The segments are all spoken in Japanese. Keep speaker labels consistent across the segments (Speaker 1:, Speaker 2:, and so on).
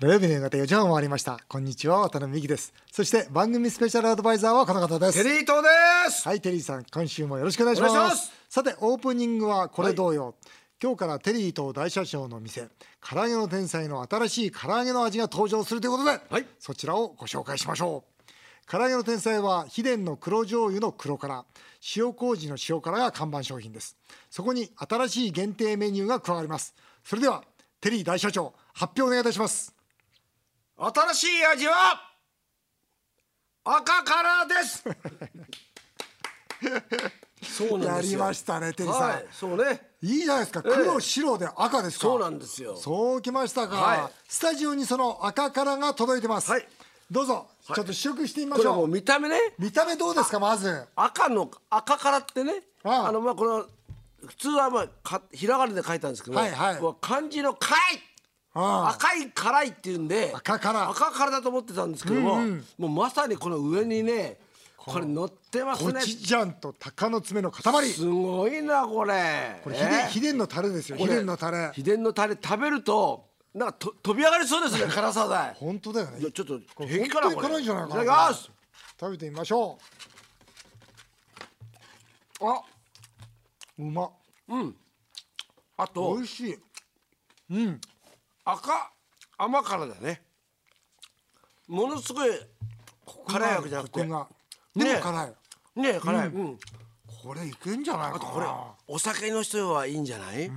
Speaker 1: 土曜日の夕方4時半を回りましたこんにちは渡辺美希ですそして番組スペシャルアドバイザーはこの方で
Speaker 2: テ
Speaker 1: す
Speaker 2: リートです。
Speaker 1: はいテリーさん今週もよろしくお願いします
Speaker 2: お願いします
Speaker 1: さてオープニングはこれ同様、今日からテリーと大社長の店唐揚げの天才の新しい唐揚げの味が登場するということで、
Speaker 2: はい
Speaker 1: そちらをご紹介しましょう唐揚げの天才は秘伝の黒醤油の黒辛塩麹の塩辛が看板商品ですそこに新しい限定メニューが加わりますそれではテリー大社長発表お願いいたします
Speaker 2: 新しい味は赤からです。そうな
Speaker 1: や
Speaker 2: んです
Speaker 1: り
Speaker 2: よ。
Speaker 1: ましたねテリーさん、
Speaker 2: はい、そうね。
Speaker 1: いいじゃないですか黒、白で赤ですか
Speaker 2: そうなんですよ。
Speaker 1: そうきましたか、
Speaker 2: はい
Speaker 1: スタジオにその赤からが届いてます、
Speaker 2: はい
Speaker 1: どうぞちょっと試食してみま
Speaker 2: こ
Speaker 1: し
Speaker 2: れ
Speaker 1: ょ
Speaker 2: も
Speaker 1: う、
Speaker 2: う見た目ね、
Speaker 1: 見た目どうですかまず
Speaker 2: 赤の赤からってね、
Speaker 1: ああ
Speaker 2: あのまあこの普通はまあかひらがなで書いたんですけど、
Speaker 1: はいはい
Speaker 2: こう漢字の貝。
Speaker 1: あ
Speaker 2: 赤い辛いっていうんで
Speaker 1: 赤辛
Speaker 2: 赤辛だと思ってたんですけども、もうまさにこの上にねこれ乗ってます
Speaker 1: コ
Speaker 2: ね
Speaker 1: チュジャンと鷹の爪の塊
Speaker 2: すごいなこれ
Speaker 1: これ秘
Speaker 2: え
Speaker 1: 伝,、
Speaker 2: ー
Speaker 1: 秘伝のタレですよ秘伝のタレ
Speaker 2: 秘伝のタレ食べるとなんかと飛び上がりそうですね辛さで
Speaker 1: 本当だよ
Speaker 2: い
Speaker 1: ね
Speaker 2: やちょっと
Speaker 1: これ
Speaker 2: 平気かな
Speaker 1: 本
Speaker 2: こ
Speaker 1: 当に辛
Speaker 2: れ
Speaker 1: いんじゃないかな
Speaker 2: ただきます
Speaker 1: 食べてみましょ
Speaker 2: あ
Speaker 1: ううま
Speaker 2: あ
Speaker 1: 美
Speaker 2: と
Speaker 1: 味しい
Speaker 2: 赤甘辛だねものすごい辛いわけじゃなく
Speaker 1: こ
Speaker 2: て
Speaker 1: こ
Speaker 2: ね
Speaker 1: がでも
Speaker 2: ね
Speaker 1: 辛い、
Speaker 2: え辛い、うん、
Speaker 1: これいけんじゃないかな
Speaker 2: これお酒の人はいいんじゃない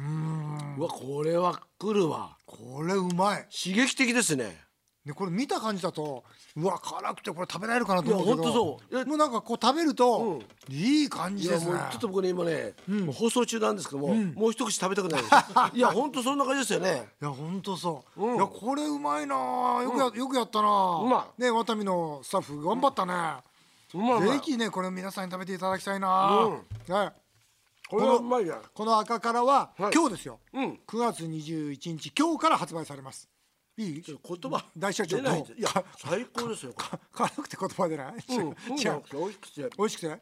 Speaker 2: うわこれは来るわ
Speaker 1: これうまい
Speaker 2: 刺激的ですね
Speaker 1: でこれ見た感じだとうわ辛くてこれ食べられるかなと思うけど
Speaker 2: いやほんとそういや
Speaker 1: もうなんかこう食べると、いい感
Speaker 2: い
Speaker 1: じ
Speaker 2: や
Speaker 1: です
Speaker 2: も
Speaker 1: ね
Speaker 2: うちょっと僕ね今ね、もう放送中なんですけども、もう一口食べたくないですいやほんとそんな感じですよね
Speaker 1: いやほんとそう、いやこれうまいなあよくや、よくやったなあ
Speaker 2: うま
Speaker 1: ねワタミのスタッフ頑張ったね、
Speaker 2: うまいうまい
Speaker 1: ぜひねこれ皆さんに食べていただきたいなあ、はい
Speaker 2: これはうまいや
Speaker 1: この赤からは、
Speaker 2: はい
Speaker 1: 今日ですよ、
Speaker 2: うん
Speaker 1: 9月21日今日から発売されますいい
Speaker 2: ちょっと言葉
Speaker 1: 大社長
Speaker 2: 出ない
Speaker 1: どう
Speaker 2: いや最高ですよこ
Speaker 1: 辛くて言葉出ない、
Speaker 2: れ、
Speaker 1: 違
Speaker 2: うん
Speaker 1: う、
Speaker 2: うん
Speaker 1: 違う
Speaker 2: 美味しくて
Speaker 1: 美味しくてこ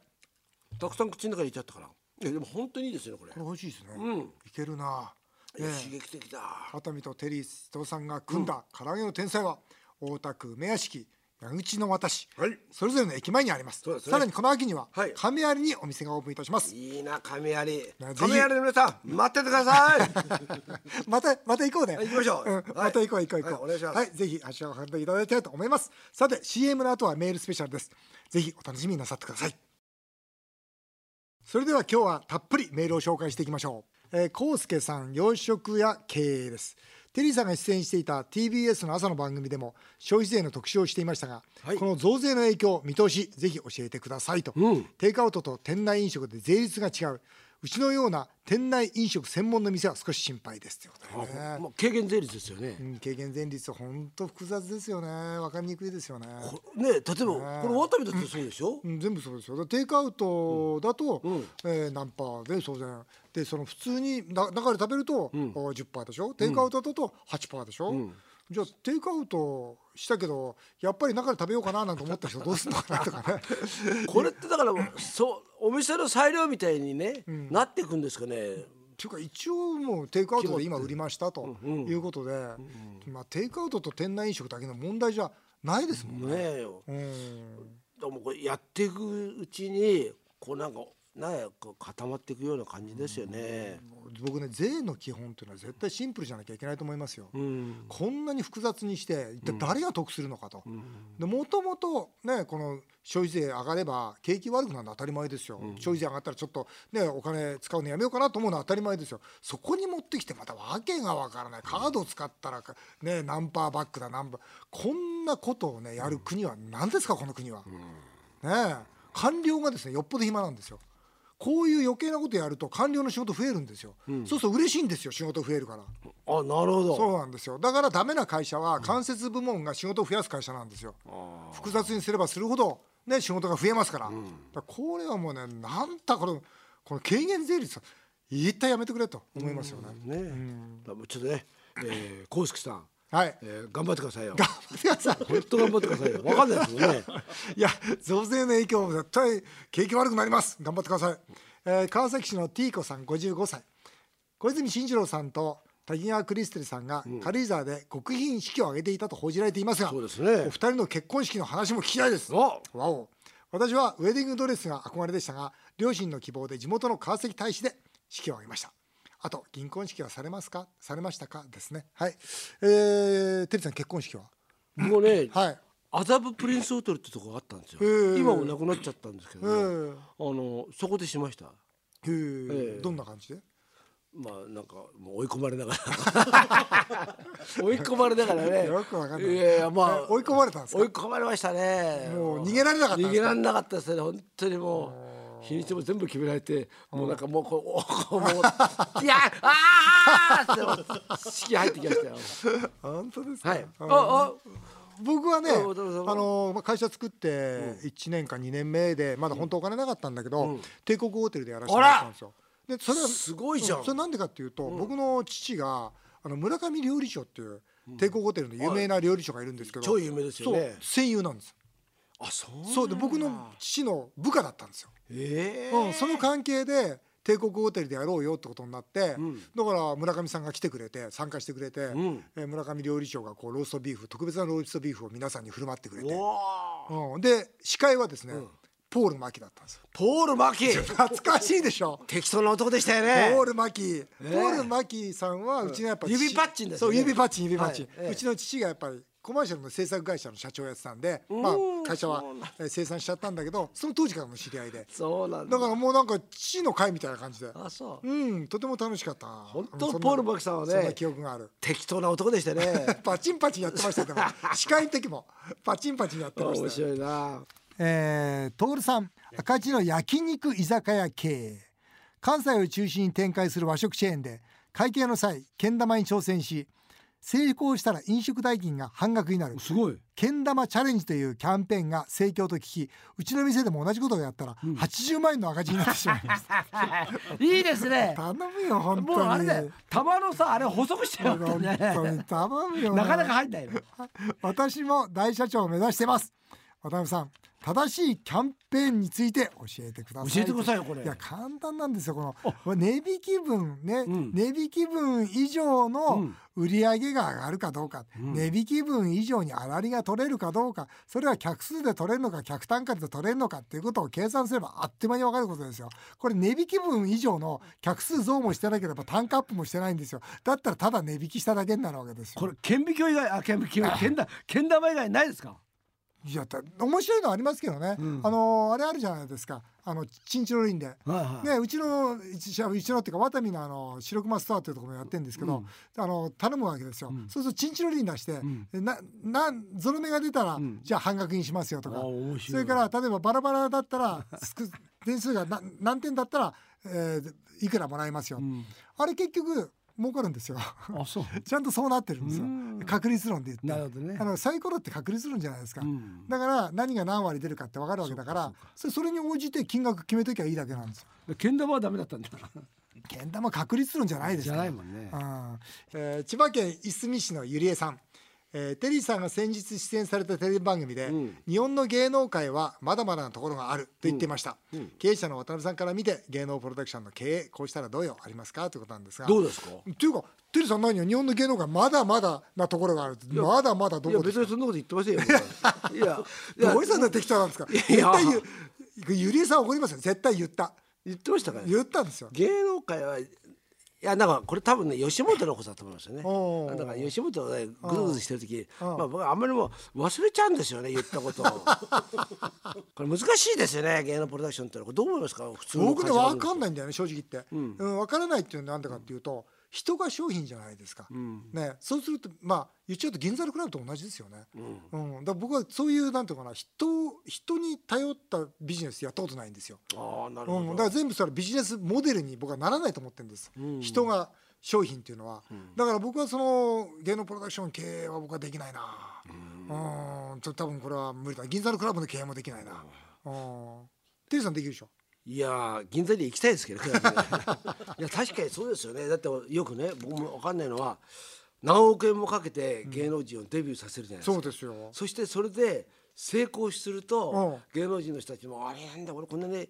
Speaker 2: たくさん口の中に入れちゃったからいやでも本当にいいですよねこれ
Speaker 1: れ美味しいですね、
Speaker 2: うん
Speaker 1: いけるなあ
Speaker 2: いや
Speaker 1: ねえ
Speaker 2: 刺激的だ
Speaker 1: 熱海とテリー伊藤さんが組んだ唐揚げの天才は大田区梅屋敷矢口の私、
Speaker 2: はい
Speaker 1: それぞれの駅前にあります
Speaker 2: そうですね
Speaker 1: さらにこの秋には、
Speaker 2: はい
Speaker 1: 亀有にお店がオープンいたします
Speaker 2: いいな亀有
Speaker 1: なぜひ
Speaker 2: 亀有の皆さん待っててくだ さい
Speaker 1: またまた行こうね
Speaker 2: はい行きましょうんはい
Speaker 1: また行こう行こう行こう、
Speaker 2: はいお願いします
Speaker 1: はい、ぜひ足を運んでいただきたいと思いますさて CM の後はメールスペシャルですぜひお楽しみになさってくださいそれでは今日はたっぷりメールを紹介していきましょう、えー、コウスケさん養殖や経営ですテリーさんが出演していた TBS の朝の番組でも消費税の特集をしていましたが、
Speaker 2: はい
Speaker 1: この増税の影響見通しぜひ教えてくださいと、
Speaker 2: うん
Speaker 1: テイクアウトと店内飲食で税率が違ううちのような店内飲食専門の店は少し心配ですということでね
Speaker 2: もう軽減税率ですよね、
Speaker 1: うん経験前率本当複雑ですよね分かりにくいですよね
Speaker 2: こね例えばこれワタミだってそうでしょ、
Speaker 1: うん全部そうですよだテイクアウトだと、
Speaker 2: うん
Speaker 1: えー何パーで当然でその普通にな中で食べると、
Speaker 2: ん
Speaker 1: あー10パーでしょテイクアウトだと8パーでしょ、
Speaker 2: ん
Speaker 1: じゃあテイクアウトしたけどやっぱり中で食べようかななんて思った人どうするのかなとか ね
Speaker 2: これってだからもうそうお店の裁量みたいにね、なっていくんですかね
Speaker 1: っていうか一応もうテイクアウトで今売りましたということで、まあ、テイクアウトと店内飲食だけの問題じゃないですもんね。
Speaker 2: ねえよ、
Speaker 1: うん
Speaker 2: でもこれやっていくうちにこうなんかなんやこう固まっていくような感じですよね。
Speaker 1: 僕ね税の基本っていうのは絶対シンプルじゃなきゃいけないと思いますよ。
Speaker 2: うん、
Speaker 1: こんなに複雑にして一体誰が得するのかと。でもともとねこの消費税上がれば景気悪くなるのは当たり前ですよ、消費税上がったらちょっとねお金使うのやめようかなと思うのは当たり前ですよそこに持ってきてまた訳がわからないカードを使ったらかね何パーバックだ何パーこんなことをねやる国は何ですかこの国は。ねえ官僚がですねよっぽど暇なんですよこういう余計なことやると官僚の仕事増えるんですよ、そうすると嬉しいんですよ仕事増えるから
Speaker 2: あなるほど。
Speaker 1: そうなんですよだからダメな会社は間接部門が仕事を増やす会社なんですよ複雑にすればするほどね仕事が増えますから,、だからこれはもうねなんたこのこの軽減税率一体やめてくれと思いますよね、
Speaker 2: ね、だからもうちょっとね、えー、コウスケさん、
Speaker 1: はい
Speaker 2: えー、頑張ってくださいよ。
Speaker 1: 頑張ってください
Speaker 2: 本当頑張ってくださいよ。わかんないですよね。
Speaker 1: いや増税の影響も絶対景気悪くなります頑張ってください、えー川崎市の T 子さん55歳小泉進次郎さんと滝川クリステルさんが軽井沢で極貧式を挙げていたと報じられていますが、
Speaker 2: そうです
Speaker 1: お
Speaker 2: ね
Speaker 1: 二人の結婚式の話も聞きたいです
Speaker 2: お
Speaker 1: わお私はウェディングドレスが憧れでしたが両親の希望で地元の川崎大使で式を挙げましたあと銀婚式はされますかされましたかですねはいえー、テリーさん結婚式は
Speaker 2: もうね
Speaker 1: はい
Speaker 2: 麻布プリンスホテルってとこがあったんですよ、
Speaker 1: へえ
Speaker 2: 今もなくなっちゃったんですけど、
Speaker 1: えー
Speaker 2: あのそこでしました
Speaker 1: えー
Speaker 2: え
Speaker 1: どんな感じで
Speaker 2: まあなんかもう追い込まれながら 追い込まれながらね
Speaker 1: よくわかんない
Speaker 2: いやいやまあ
Speaker 1: え追い込まれたんですか
Speaker 2: 追い込まれましたね
Speaker 1: もう逃げられなかったんですか
Speaker 2: 逃げられなかったですね本当にもう日にちも全部決められてもうなんかもうこうおこうもう いやああって式入ってきましたよ
Speaker 1: 本当ですか、
Speaker 2: はい
Speaker 1: あ
Speaker 2: あ
Speaker 1: の
Speaker 2: あ
Speaker 1: 僕はね、あ
Speaker 2: どうぞどうぞ
Speaker 1: のまあ会社作って1年か2年目でまだ本当お金なかったんだけど、帝国ホテルでやらせてもらったんですよ。でそれは
Speaker 2: すごいじゃん
Speaker 1: うそれなんでかっていうと、僕の父があの村上料理長っていう帝国ホテルの有名な料理長がいるんですけど、
Speaker 2: 超有名ですよね
Speaker 1: そう戦友なんですよ。
Speaker 2: あそう
Speaker 1: そうで僕の父の部下だったんですよ。
Speaker 2: ええ
Speaker 1: うん、その関係で帝国ホテルでやろうよってことになって、だから村上さんが来てくれて参加してくれて、
Speaker 2: ん
Speaker 1: えー村上料理長がこうローストビーフ特別なローストビーフを皆さんに振る舞ってくれて、
Speaker 2: おー
Speaker 1: うん、で司会はですね、ポール・マキだったんですよ
Speaker 2: ポール・マ キ
Speaker 1: 懐かしいでしょ
Speaker 2: 適当な男でしたよ
Speaker 1: ポ
Speaker 2: ね
Speaker 1: ール・マキ、ポール・マキさんはうちのやっぱ父
Speaker 2: 指パッチンですね
Speaker 1: そう指パッチン指パッチン、
Speaker 2: はいええ
Speaker 1: うちの父がやっぱりコマーシャルの制作会社の社長をやってたんで、まあ
Speaker 2: うん、
Speaker 1: 会社は
Speaker 2: そうなん
Speaker 1: えー生産しちゃったんだけどその当時からの知り合いで
Speaker 2: そうなん
Speaker 1: だ
Speaker 2: だ
Speaker 1: からもうなんか父の会みたいな感じで
Speaker 2: あそう
Speaker 1: うん、とても楽しかった。本
Speaker 2: 当ポールマキさんはね
Speaker 1: そんな記憶がある。
Speaker 2: 適当な男で したね
Speaker 1: パチンパチンやってま したでも司会の時もパチンパチンやってま
Speaker 2: 面
Speaker 1: したよ。
Speaker 2: 白いな
Speaker 1: えー、徹さん赤字の焼肉居酒屋経営関西を中心に展開する和食チェーンで会計の際けん玉に挑戦し成功したら飲食代金が半額になる
Speaker 2: すごい
Speaker 1: けん玉チャレンジというキャンペーンが盛況と聞きうちの店でも同じことをやったら80万円の赤字になってしまいました、
Speaker 2: いいですね
Speaker 1: 頼むよ本当
Speaker 2: も
Speaker 1: に
Speaker 2: うあれだよ玉のさあれ細くしてよってね
Speaker 1: 本当に頼むよ
Speaker 2: なかなか入んないの
Speaker 1: 私も大社長を目指してます渡辺さん正しいキャンペーンについて教えてください
Speaker 2: 教えてくださいよこれ
Speaker 1: いや簡単なんですよこの値引き分ね、
Speaker 2: ん
Speaker 1: 値引き分以上の売り上げが上がるかどうか、値引き分以上に粗利が取れるかどうかそれは客数で取れるのか客単価で取れるのかっていうことを計算すればあっという間に分かることですよこれ値引き分以上の客数増もしてなければ単価アップもしてないんですよだったらただ値引きしただけになるわけですよ
Speaker 3: これ顕微鏡以外あ顕微鏡けんだけん玉以外ないですか
Speaker 1: いやだ面白いのありますけどね、あのあれあるじゃないですかあのチンチロリンで、
Speaker 3: はい
Speaker 1: ねうちのうちうちのっていうかワタミのあの白熊ストアっていうところもやってるんですけど、あの頼むわけですよ、そうするとチンチロリン出して、ななゾロ目が出たら、じゃあ半額にしますよとか
Speaker 3: あ面
Speaker 1: それから例えばバラバラだったら少点数がな何点だったら、えーいくらもらえますよ、あれ結局儲かるんですよ
Speaker 3: あそう
Speaker 1: ちゃんとそうなってるんですよ確率論で言って
Speaker 3: なるほどね
Speaker 1: あのサイコロって確率論じゃないですか、
Speaker 3: ん
Speaker 1: だから何が何割出るかって分かるわけだからそれそれに応じて金額決めときゃいいだけなんですよ
Speaker 3: けん玉はダメだったんだ
Speaker 1: けん玉確率論じゃないです
Speaker 3: じ
Speaker 1: か
Speaker 3: ゃ
Speaker 1: ら
Speaker 3: ないもんね
Speaker 1: うんえー千葉県いすみ市のゆりえさん、えーテリーさんが先日出演されたテレビ番組で、日本の芸能界はまだまだなところがあると言っていました、経営者の渡辺さんから見て芸能プロダクションの経営こうしたらどうよありますかということなんですが
Speaker 2: どうですか
Speaker 1: っていうかテリーさん何よ日本の芸能界まだまだなところがあるまだまだど
Speaker 2: いや
Speaker 1: こです
Speaker 2: 別
Speaker 1: か
Speaker 2: にそんなこと言ってませんよ 僕はいやいや
Speaker 1: どういうさんな適当なんですか
Speaker 2: い
Speaker 1: 絶
Speaker 2: や
Speaker 1: 対言うゆりえさん怒りますよ絶対言った
Speaker 2: 言ってましたから
Speaker 1: 言ったんですよ
Speaker 2: 芸能界はいやなんかこれ多分ね吉本のことだと思いますよ
Speaker 1: おー
Speaker 2: ねだから吉本がねぐずぐずしてる時
Speaker 1: うん
Speaker 2: まあ僕はあんまりもう忘れちゃうんですよね言ったこと をこれ難しいですよね芸能プロダクションってのはこれどう思いますか普通の
Speaker 1: 僕ね分かん
Speaker 2: ない
Speaker 1: ないんだよね正直言って、うん分からないっていうのはなんでかっていうと人が商品じゃないですか、ね、そうするとまあ言っちゃうと銀座のクラブと同じですよね、うんだから僕はそういうなんていうのかな人を人に頼ったビジネスやったことないんですよ、
Speaker 2: ああなる
Speaker 1: うん、
Speaker 2: ほ
Speaker 1: だから
Speaker 2: ど
Speaker 1: 全部それビジネスモデルに僕はならないと思ってるんです、人が商品っていうのは、だから僕はその芸能プロダクション経営は僕はできないなうんちょっと多分これは無理だ銀座のクラブの経営もできないなうんテリーさんできるでしょ
Speaker 2: いやー銀座に行きたいですけどね いや確かにそうですよねだってよくね僕も分かんないのは何億円もかけて芸能人をデビューさせるじゃないですか、
Speaker 1: そうですよ
Speaker 2: そしてそれで成功すると芸能人の人たちも「あれなんだ俺こんなね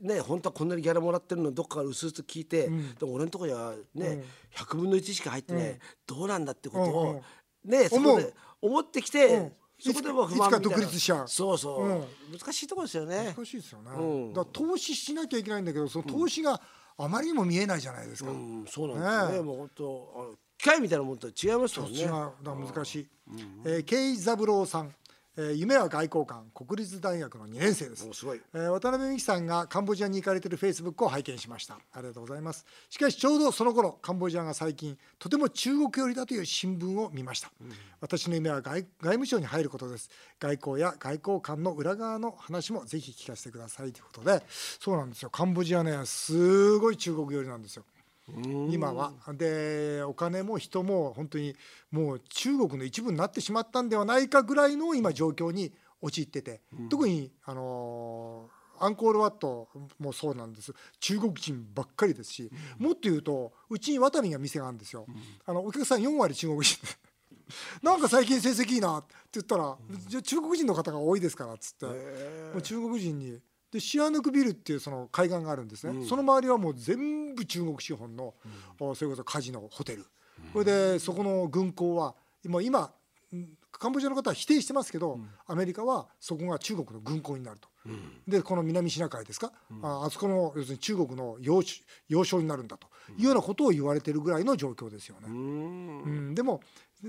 Speaker 2: ね、本当はこんなにギャラもらってるのどっかからうすうす聞いて、でも俺のところにはね、100分の1しか入ってね、どうなんだってことを、ねそ
Speaker 1: 思
Speaker 2: こ
Speaker 1: う
Speaker 2: で思ってきて、
Speaker 1: うん
Speaker 2: そこでも不満
Speaker 1: いつか
Speaker 2: みた
Speaker 1: つか
Speaker 2: いない
Speaker 1: 独立しちゃう
Speaker 2: そうそう、
Speaker 1: うん
Speaker 2: 難しいところですよね
Speaker 1: 難しいですよね、
Speaker 2: うん
Speaker 1: だから投資しなきゃいけないんだけどその投資があまりにも見えないじゃないですか、
Speaker 2: うんそうなんですよね
Speaker 1: ねえ
Speaker 2: もう本当あの機械みたいなもんと違いますもんね
Speaker 1: 違うだから難しい、えー、慶三郎さん、えー夢は外交官国立大学の2年生です
Speaker 2: もうすごい
Speaker 1: えー渡辺美樹さんがカンボジアに行かれているフェイスブックを拝見しましたありがとうございますしかしちょうどその頃カンボジアが最近とても中国寄りだという新聞を見ました、私の夢は外外務省に入ることです外交や外交官の裏側の話もぜひ聞かせてくださいということでそうなんですよカンボジアねすごい中国寄りなんですよ今はでお金も人も本当にもう中国の一部になってしまったんではないかぐらいの今状況に陥ってて、特にあのーアンコールワットもそうなんです中国人ばっかりですし、もっと言うとうちにワタミが店があるんですよ、あのお客さん4割中国人 なんか最近成績いいなって言ったら、じゃあ中国人の方が多いですからっつって、もう中国人にでシアヌクビルっていうその海岸があるんですね、その周りはもう全部中国資本の、あそれこそカジノホテル、それでそこの軍港はもう今うんカンボジアの方は否定してますけど、アメリカはそこが中国の軍港になると、でこの南シナ海ですか、ああそこの要するに中国の要所要衝になるんだというようなことを言われてるぐらいの状況ですよね。うん、でも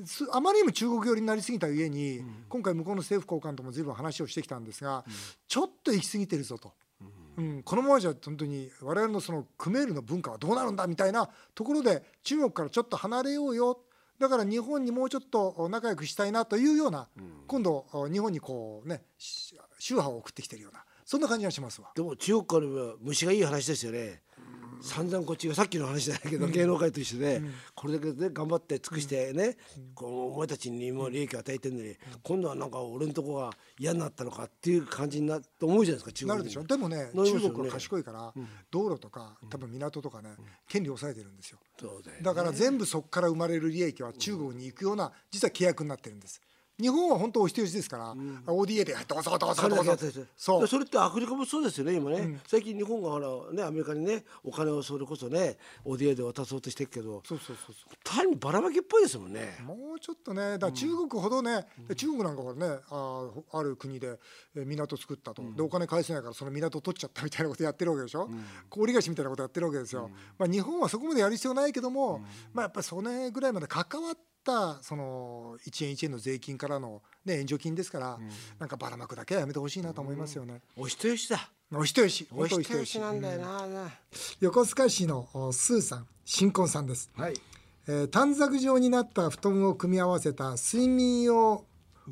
Speaker 1: すあまりにも中国寄りになりすぎたゆえに、今回向こうの政府高官とも随分話をしてきたんですが、ちょっと行き過ぎてるぞと、うんこのままじゃ本当に我々のそのクメールの文化はどうなるんだみたいなところで中国からちょっと離れようよだから日本にもうちょっと仲良くしたいなというような、今度日本にこうねし宗派を送ってきてるようなそんな感じがしますわ。
Speaker 2: でも中国からは虫がいい話ですよね。散々こっちがさっきの話じゃないけど、芸能界と一緒で、これだけで頑張って尽くしてね、こうお前たちにも利益を与えてるのに、今度はなんか俺のとこが嫌になったのかっていう感じになって思うじゃないですか中
Speaker 1: な
Speaker 2: 国
Speaker 1: る
Speaker 2: 人
Speaker 1: でしょでもね
Speaker 2: なりますよ
Speaker 1: 中
Speaker 2: ね
Speaker 1: 国は賢いから、道路とか多分港とかね、権利を抑えてるんですよ。
Speaker 2: そうだよ
Speaker 1: だから全部そこから生まれる利益は中国に行くような実は契約になってるんです。日本は本当お人よしですから、ODA でどうぞどうぞ
Speaker 2: 金
Speaker 1: ど
Speaker 2: だ
Speaker 1: う
Speaker 2: けや
Speaker 1: ぞ
Speaker 2: ってて
Speaker 1: そ
Speaker 2: で
Speaker 1: う
Speaker 2: それってアフリカもそうですよね今ね、最近日本がほらねアメリカにねお金をそれこそね ODA で渡そうとしてるけど
Speaker 1: そうそうそうそ
Speaker 2: 単にばらまきっぽいですもんね
Speaker 1: う。もうちょっとねだから中国ほどね、で中国なんかほらねあーほある国でえー港作ったと、でお金返せないからその港取っちゃったみたいなことやってるわけでしょ、氷菓子みたいなことやってるわけですよ、まあ、日本はそこまでやる必要ないけども、まあ、やっぱりそれぐらいまで関わったその1円1円の税金からの、ね、援助金ですから、なんかばらまくだけはやめてほしいなと思いますよね。
Speaker 2: お人よしだ。
Speaker 1: お人よし、
Speaker 2: お
Speaker 1: 本当
Speaker 2: 人
Speaker 1: お人
Speaker 2: よ
Speaker 1: よ
Speaker 2: し
Speaker 1: し。
Speaker 2: なんだよな。な
Speaker 1: 横須賀市のおスーさん、新婚さんです。
Speaker 3: はい。
Speaker 1: えー短冊状になった布団を組み合わせた睡眠用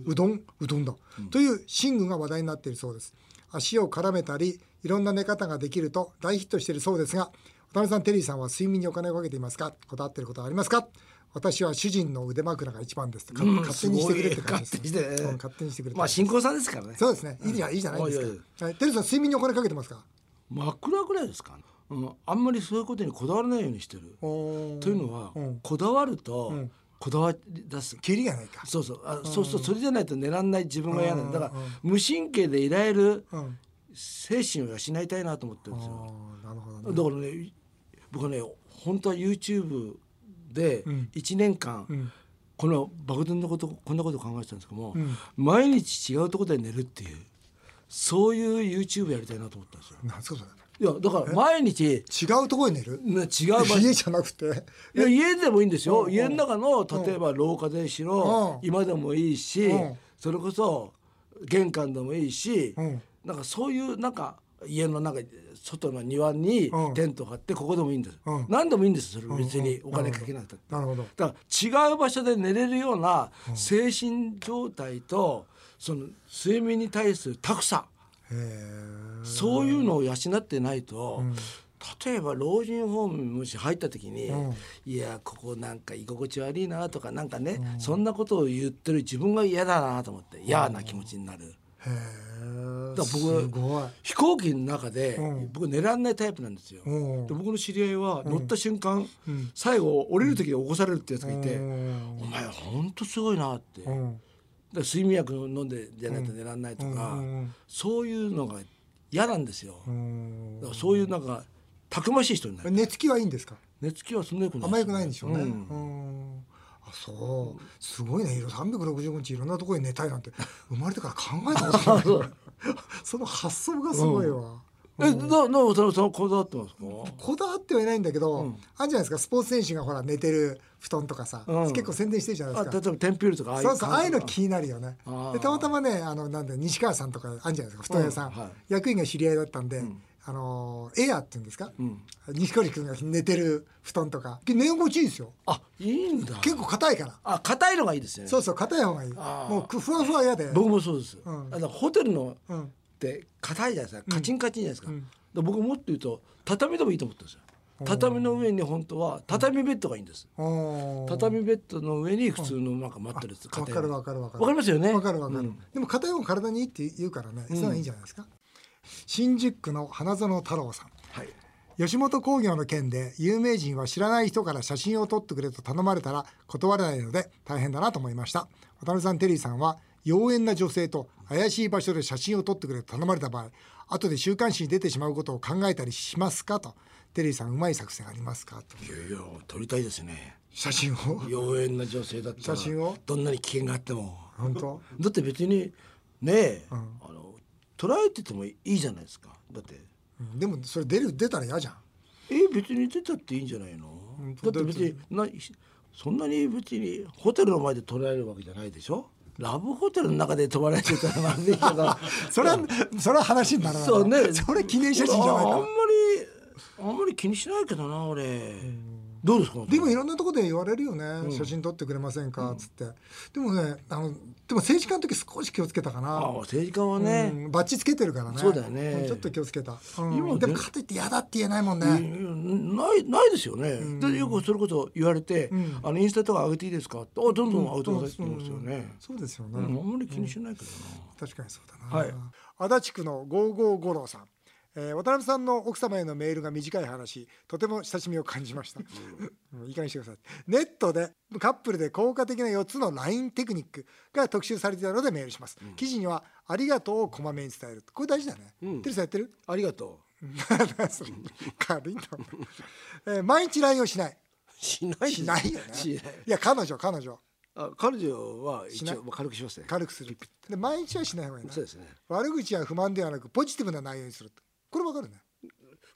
Speaker 1: うどん、うどんだ、という寝具が話題になっているそうです。足を絡めたり、いろんな寝方ができると大ヒットしているそうですが、渡辺さん、テリーさんは睡眠にお金をかけていますかこだわっていることはありますか私は主人の腕枕が一番ですって、か勝手にしてくれって感じです、
Speaker 2: すごい勝手にして
Speaker 1: うん勝手にしてくれって
Speaker 3: まあ新婚さんですからね。
Speaker 1: そうですね。いいじゃいいじゃないです
Speaker 2: うんいやい
Speaker 1: か。はい、テリーさん、睡眠にお金かけてますか
Speaker 3: 真っ暗ぐらいですか、うん、あんまりそういうことにこだわらないようにしてるというのは、
Speaker 1: うん
Speaker 3: こだわると、こだわり出す
Speaker 1: キリがないか。
Speaker 3: そうそうあ、そうそうそれじゃないと寝らんない自分が嫌なんだだから、無神経でいられる
Speaker 1: うん。
Speaker 3: 精神を養いたいなと思ってるんです
Speaker 1: あ
Speaker 3: よ、
Speaker 1: あ、なるほどね。
Speaker 3: だからね僕はね本当は YouTube で
Speaker 1: ん
Speaker 3: 1年間、
Speaker 1: ん
Speaker 3: この爆弾のことこんなこと考えてたんですけども、毎日違うところで寝るっていうそういう YouTube やりたいなと思ったんですよ
Speaker 1: なんすかそれ。
Speaker 3: いやだから毎日
Speaker 1: 違うところに寝る。
Speaker 3: ね 違う場所い
Speaker 1: 家じゃなくて。
Speaker 3: や家でもいいんですよ、家の中の例えば廊下でしろ、
Speaker 1: うん
Speaker 3: 今でもいいし、
Speaker 1: うん
Speaker 3: それこそ玄関でもいいし、
Speaker 1: うん
Speaker 3: なんかそういうなんか家の中外の庭に
Speaker 1: うん
Speaker 3: テント張ってここでもいいんです、
Speaker 1: うん
Speaker 3: 何でもいいんですそれ別にお金かけなくて、
Speaker 1: なるほど。
Speaker 3: だから違う場所で寝れるような精神状態とその睡眠に対するタフさ、
Speaker 1: へえ。
Speaker 3: そういうのを養ってないと、例えば老人ホームにもし入った時に、
Speaker 1: うん
Speaker 3: いやここなんか居心地悪いなとかなんかね、そんなことを言ってる自分が嫌だなと思って嫌な気持ちになる、
Speaker 1: へえ。
Speaker 3: だから僕
Speaker 1: すごい。
Speaker 3: 飛行機の中で、
Speaker 1: うん
Speaker 3: 僕寝らんないタイプなんですよ、
Speaker 1: うん
Speaker 3: で僕の知り合いは乗った瞬間、最後降りる時に起こされるってやつがいて、
Speaker 1: うん
Speaker 3: お前ほんとすごいなって、
Speaker 1: う
Speaker 3: だか
Speaker 1: ん。
Speaker 3: ら睡眠薬飲んでじゃないと寝らんないとか、
Speaker 1: うんうんうん
Speaker 3: そういうのが嫌なんですよ
Speaker 1: うーん
Speaker 3: だからそういうなんかたくましい人になる
Speaker 1: 寝つきはいいんですか
Speaker 3: 寝つきはそんなよくない
Speaker 1: あんまよくないんでしょうね。
Speaker 3: う
Speaker 1: うんんあそうすごいね365日いろんなところに寝たいなんて生まれてから考えた ことない その発想がすごいわ、
Speaker 3: えなな渡辺さんはこだわってますか
Speaker 1: こだわってはいないんだけど、
Speaker 3: うん
Speaker 1: あるじゃないですかスポーツ選手がほら寝てる布団とかさ、
Speaker 3: うん
Speaker 1: 結構宣伝してるじゃない
Speaker 3: あ
Speaker 1: で
Speaker 3: 例え
Speaker 1: すか
Speaker 3: ばテンピュールとかああいう
Speaker 1: そうそうああいうの
Speaker 3: 感じ
Speaker 1: 気になるよね
Speaker 3: あー
Speaker 1: でたまたまねあのなんだ西川さんとかあるじゃないですか布団屋さん、
Speaker 3: うんはい
Speaker 1: 役員が知り合いだったんで、
Speaker 3: ん
Speaker 1: あのーエアーっていうんですか、
Speaker 3: うん
Speaker 1: 西堀君が寝てる布団とか寝心地いいですよ
Speaker 3: あいいんだ
Speaker 1: 結構硬いから
Speaker 3: あ硬いのがいいですね
Speaker 1: そうそう硬い方がいい
Speaker 3: あー
Speaker 1: もうくふわふわ嫌で
Speaker 3: 僕もそうです、
Speaker 1: うん
Speaker 3: あのホテルの
Speaker 1: うん
Speaker 3: って硬いじゃないですかカチンカチンじゃないですか,、
Speaker 1: うん
Speaker 3: で僕もっと言うと畳でもいいと思ったんですよ畳の上に本当は畳ベッドがいいんです、
Speaker 1: おー
Speaker 3: 畳ベッドの上に普通のなんかマットレス
Speaker 1: わ
Speaker 3: い
Speaker 1: かるわかるわかる
Speaker 3: わかりますよね
Speaker 1: わかるわかる、
Speaker 3: うん
Speaker 1: でも硬い方が体にいいって言うからねそれはいいんじゃないですか、新宿区の花園太郎さん
Speaker 3: はい
Speaker 1: 吉本興業の件で有名人は知らない人から写真を撮ってくれと頼まれたら断れないので大変だなと思いました渡辺さんテリーさんは妖艶な女性と怪しい場所で写真を撮ってくれと頼まれた場合後で週刊誌に出てしまうことを考えたりしますかとテリーさんうまい作戦ありますかと
Speaker 3: いやいや撮りたいですね
Speaker 1: 写真を
Speaker 3: 妖艶な女性だったら
Speaker 1: 写真を
Speaker 3: どんなに危険があっても
Speaker 1: 本当
Speaker 3: だって別にねえ、
Speaker 1: ん
Speaker 3: あの捉えててもいいじゃないですかだって
Speaker 1: うんでもそれ出る出たら嫌じゃん
Speaker 3: え別に出たっていいんじゃないの
Speaker 1: うん
Speaker 3: だって別になそんなに別にホテルの前で撮られるわけじゃないでしょラブホテルの中で撮られてたらまずいけど
Speaker 1: それはそれは話にならない
Speaker 3: そうね
Speaker 1: それ記念写真じゃない
Speaker 3: ああん
Speaker 1: か
Speaker 3: まりあんまり気にしないけどな俺どうですか
Speaker 1: でもいろんなところで言われるよね、写真撮ってくれませんかっつって、でもねあのでも政治家の時少し気をつけたか
Speaker 3: あ
Speaker 1: な、
Speaker 3: 政治家は
Speaker 1: う
Speaker 3: ね、
Speaker 1: ん、バッチつけてるからね
Speaker 3: そうだよね
Speaker 1: んちょっと気をつけた、うん
Speaker 3: 今ね
Speaker 1: でもかといって嫌だって言えないもんね、
Speaker 3: いやないないですよね、でよくそれこそ言われて、
Speaker 1: ん
Speaker 3: あのインスタとか上げていいですかってあどんどん上げてくださいって言いますよね、
Speaker 1: そうですよね、
Speaker 3: うんあんまり気にしないけどな、
Speaker 1: 確かにそうだな、
Speaker 3: はい
Speaker 1: 足立区の5550郎さん、えー、渡辺さんの奥様へのメールが短い話とても親しみを感じました、 うん、いい加減にしてくださいネットでカップルで効果的な4つの LINE テクニックが特集されていたのでメールします、記事には「ありがとう」をこまめに伝えるこれ大事だね、
Speaker 2: ん
Speaker 1: テリーさんやってる
Speaker 2: ありがと
Speaker 1: それ軽いんだもん、えー毎日 LINE をしないう
Speaker 2: しない
Speaker 1: しないよね
Speaker 2: しない
Speaker 1: いや彼女彼女
Speaker 2: あ彼女は
Speaker 1: し
Speaker 2: 一
Speaker 1: ない
Speaker 2: 応まあ軽くしますね
Speaker 1: 軽くするで毎日はしない方がいいな
Speaker 2: そうですね
Speaker 1: 悪口や不満ではなくポジティブな内容にするこれわかるね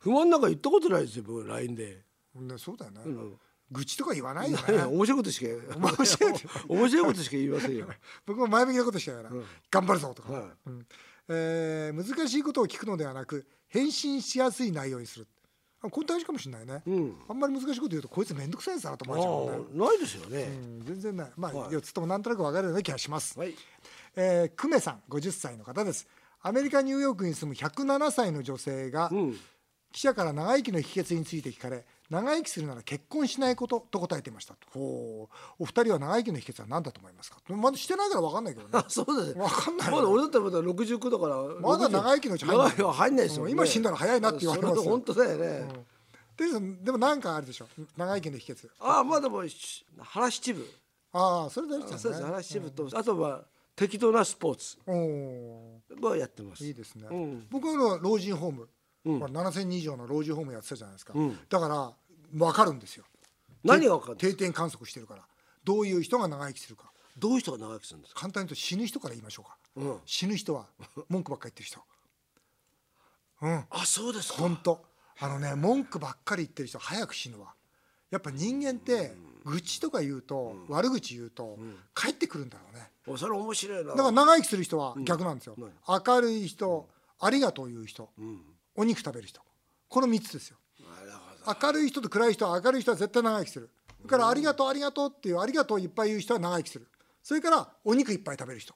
Speaker 2: 不満なんか言ったことないですよ僕 LINE で、
Speaker 1: ね、そうだよね、
Speaker 2: うん
Speaker 1: 愚痴とか言わないよ
Speaker 2: いや
Speaker 1: ね
Speaker 2: 面白いことし か
Speaker 1: 面白い
Speaker 2: 面白いことしか言いませ んよ、
Speaker 1: 僕も前向きなことしたから、頑張るぞとか、
Speaker 2: はい
Speaker 1: うんえー難しいことを聞くのではなく返信しやすい内容にするあこれ大事かもしれないね、
Speaker 2: うん、
Speaker 1: あんまり難しいこと言うとこいつ面倒くさいやつだなと
Speaker 2: あ
Speaker 1: 思われちゃうもんね、
Speaker 2: あないですよね、
Speaker 1: うん全然ないまあ、
Speaker 2: はい
Speaker 1: 4つともなんとなく分かるような気がします、
Speaker 2: はい
Speaker 1: えー、久米さん50歳の方ですアメリカニューヨークに住む107歳の女性が、
Speaker 2: うん
Speaker 1: 記者から長生きの秘訣について聞かれ長生きするなら結婚しないことと答えていましたとほうお二人は長生きの秘訣は何だと思いますかまだしてないから分かんないけど ね
Speaker 2: あそうだね
Speaker 1: わかんないよ
Speaker 2: まだ俺だったらまだ69だから
Speaker 1: まだ長生きのうち入んない
Speaker 2: 長いは入んないですよ、
Speaker 1: うん今死んだら早いなって言われますよ
Speaker 2: そ本当だよね、
Speaker 1: テリーさんでもなんかあるでしょ長生きの秘訣
Speaker 2: ああまあでもし腹七分
Speaker 1: ああそれ大事
Speaker 2: そう
Speaker 1: だ
Speaker 2: です
Speaker 1: ね
Speaker 2: 腹七分と、あとは適当なスポーツ
Speaker 1: おお
Speaker 2: はやってま
Speaker 1: ー
Speaker 2: す
Speaker 1: いいですね、
Speaker 2: うん
Speaker 1: 僕は老人ホーム、
Speaker 2: うん
Speaker 1: ほら7000人以上の老人ホームやってたじゃないですか、
Speaker 2: うん
Speaker 1: だから分かるんですよ
Speaker 2: 何が分かるんです
Speaker 1: 定点観測してるからどういう人が長生きするか
Speaker 2: どういう人が長生きするんですか、
Speaker 1: 簡単に言うと死ぬ人から言いましょうか
Speaker 2: うん、
Speaker 1: 死ぬ人は文句ばっかり言ってる人うん
Speaker 2: あそうですか
Speaker 1: 本当あのね文句ばっかり言ってる人早く死ぬわやっぱ人間って愚痴とか言うと、悪口言うと、帰ってくるんだろうね
Speaker 2: おそれ面白いな
Speaker 1: だから長生きする人は逆なんですよ、
Speaker 2: うん
Speaker 1: 明るい人、ありがとう言う人、
Speaker 2: うん、
Speaker 1: お肉食べる人この3つですよ
Speaker 2: なるほど
Speaker 1: 明るい人と暗い人は明るい人は絶対長生きするそれからありがとうありがとうっていうありがとういっぱい言う人は長生きするそれからお肉いっぱい食べる人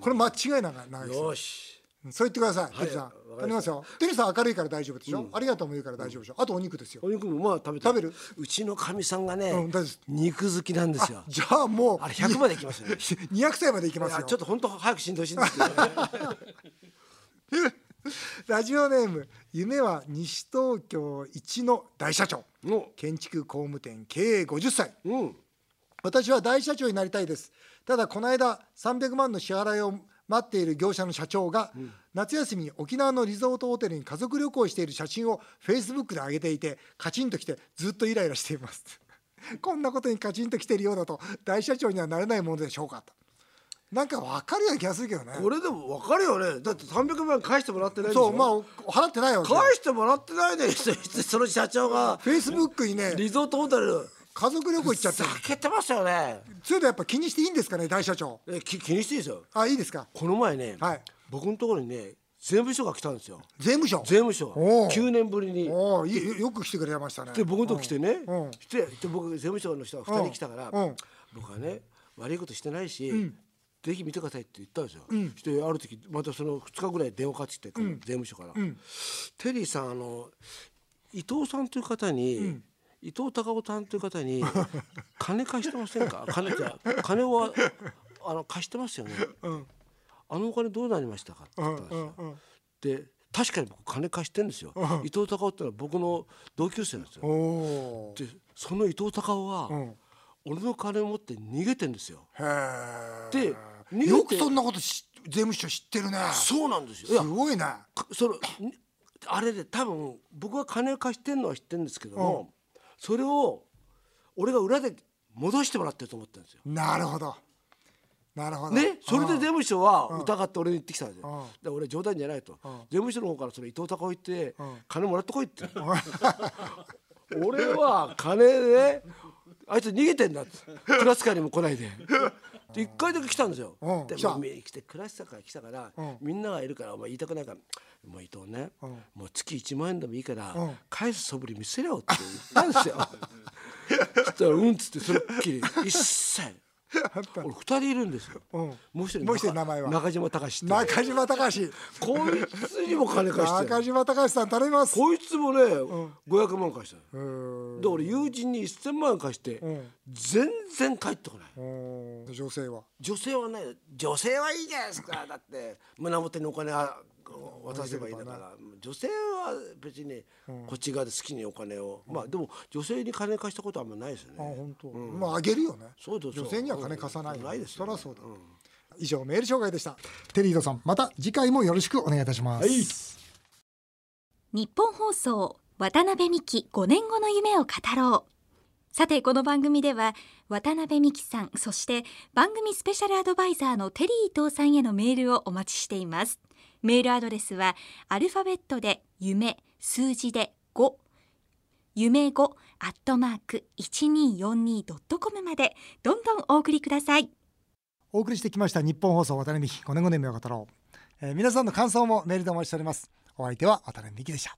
Speaker 1: これ間違いなく長生きする
Speaker 2: よし
Speaker 1: そう言ってください、テリーさん
Speaker 2: わ
Speaker 1: 頼
Speaker 2: かりました
Speaker 1: みますよテリーさん明るいから大丈夫でしょ、ありがとうも言うから大丈夫でしょあとお肉ですよ
Speaker 2: お肉もまあ食べて
Speaker 1: 食べる
Speaker 2: うちのかみさんがね、
Speaker 1: うん大丈夫です
Speaker 2: 肉好きなんですよ
Speaker 1: じゃあもう
Speaker 2: あれ100までいきます よね
Speaker 1: 200歳までいき
Speaker 2: い
Speaker 1: ます
Speaker 2: や
Speaker 1: よ
Speaker 2: ちょっと本当早く死んでほしいんですけど、ね、
Speaker 1: ラジオネーム夢は西東京一の大社長
Speaker 2: も
Speaker 1: 建築工務店経営50歳
Speaker 2: ううん
Speaker 1: 私は大社長になりたいですただこの間300万の支払いを待っている業者の社長が、夏休みに沖縄のリゾートホテルに家族旅行している写真をフェイスブックで上げていてカチンときてずっとイライラしています こんなことにカチンときているようだと大社長にはなれないものでしょうかとなんか分かるような気がするけどね
Speaker 2: これでも分かるよねだって300万返してもらってないんでしょ
Speaker 1: そうまあ払ってないわけ
Speaker 2: 返してもらってないのにそいつ その社長が
Speaker 1: フェイスブックにね
Speaker 2: リゾートホテル
Speaker 1: 家族旅行行っちゃってる
Speaker 2: 避けてましたよね
Speaker 1: そういうのやっぱ気にしていいんですかね大社長
Speaker 2: えき気にしていいですよ
Speaker 1: あいいですか
Speaker 2: この前ね、
Speaker 1: はい
Speaker 2: 僕のところにね税務署が来たんですよ
Speaker 1: 税務署
Speaker 2: 税務署
Speaker 1: おう
Speaker 2: 9年ぶりに
Speaker 1: おおよく来てくれましたね
Speaker 2: で僕のとこ来てね、
Speaker 1: うん
Speaker 2: 来てで僕税務署の人が2人来たから、
Speaker 1: うん
Speaker 2: 僕はね悪いことしてないし、ぜひ見てくださいって言ったんですよ。そしてある時またその2日ぐらい電話かかってきて、税務署から、テリーさんあの伊藤さんという方に、伊藤孝夫さんという 方に金貸してませんか金じゃ金はあの貸してますよね、あのお金どうなりましたかって言ったんですよ、で確かに僕金貸してるんですよ、伊藤孝夫ってのは僕の同級生なんですよ
Speaker 1: おおー
Speaker 2: でその伊藤孝夫は、
Speaker 1: ん
Speaker 2: 俺の金を持って逃げてんですよ
Speaker 1: へ
Speaker 2: で
Speaker 1: え
Speaker 2: 逃げて
Speaker 1: よくそんなことし税務署知ってるね
Speaker 2: そうなんですよい
Speaker 1: す
Speaker 2: や
Speaker 1: ごいね
Speaker 2: かそのにあれで多分僕が金を貸してるのは知ってるんですけども、それを俺が裏で戻してもらってると思ってるんですよ。
Speaker 1: なるほどなるほど
Speaker 2: ね、それで税務署は疑って俺に言ってきたんですよ
Speaker 1: うん。
Speaker 2: で俺冗談じゃないと、税務署の方からその伊藤孝夫行って、金もらってこい って。俺は金で、あいつ逃げてんだって。クラス会にも来ないで。で一回だけ来たんですよ。
Speaker 1: うん
Speaker 2: で
Speaker 1: 来た
Speaker 2: もう来てクラス会来たから、みんながいるからお前言いたくないから。もう伊藤ね、もう月1万円でもいいから、
Speaker 1: うん
Speaker 2: 返す素振り見せろよって言ったんです よ。そしたらうんっつってそれっきり一切俺二人いるんですよ、
Speaker 1: うん
Speaker 2: もう一人
Speaker 1: もう一人名前は
Speaker 2: 中島隆って
Speaker 1: 中島隆
Speaker 2: こいつにも金貸して
Speaker 1: 中
Speaker 2: る
Speaker 1: 島隆さん頼みます
Speaker 2: こいつもね、500万貸した
Speaker 1: うーん
Speaker 2: で俺友人に1000万貸して、
Speaker 1: ん
Speaker 2: 全然返ってこないう
Speaker 1: ーん女性は
Speaker 2: 女性はね女性はいいじゃないですかだって胸元にお金あ渡せばいいんだから女性は別にこっち側で好きにお金を、まあでも女性に金貸したことはあんまないですよね
Speaker 1: あ本当まああげるよね
Speaker 2: そうです
Speaker 1: 女性には金貸さないよね
Speaker 2: ないです
Speaker 1: そ
Speaker 2: よ
Speaker 1: りゃそうだ以上メール紹介でしたテリードさんまた次回もよろしくお願いいたします
Speaker 4: 日本放送渡辺美希5年後の夢を語ろうさてこの番組では渡辺美希さんそして番組スペシャルアドバイザーのテリー伊藤さんへのメールをお待ちしていますメールアドレスはアルファベットで夢数字で5夢5アットマーク 1242.com までどんどんお送りください
Speaker 1: お送りしてきました日本放送渡辺美希5年5年目を語ろう、えー皆さんの感想もメールでお待ちしておりますお相手は渡辺美希でした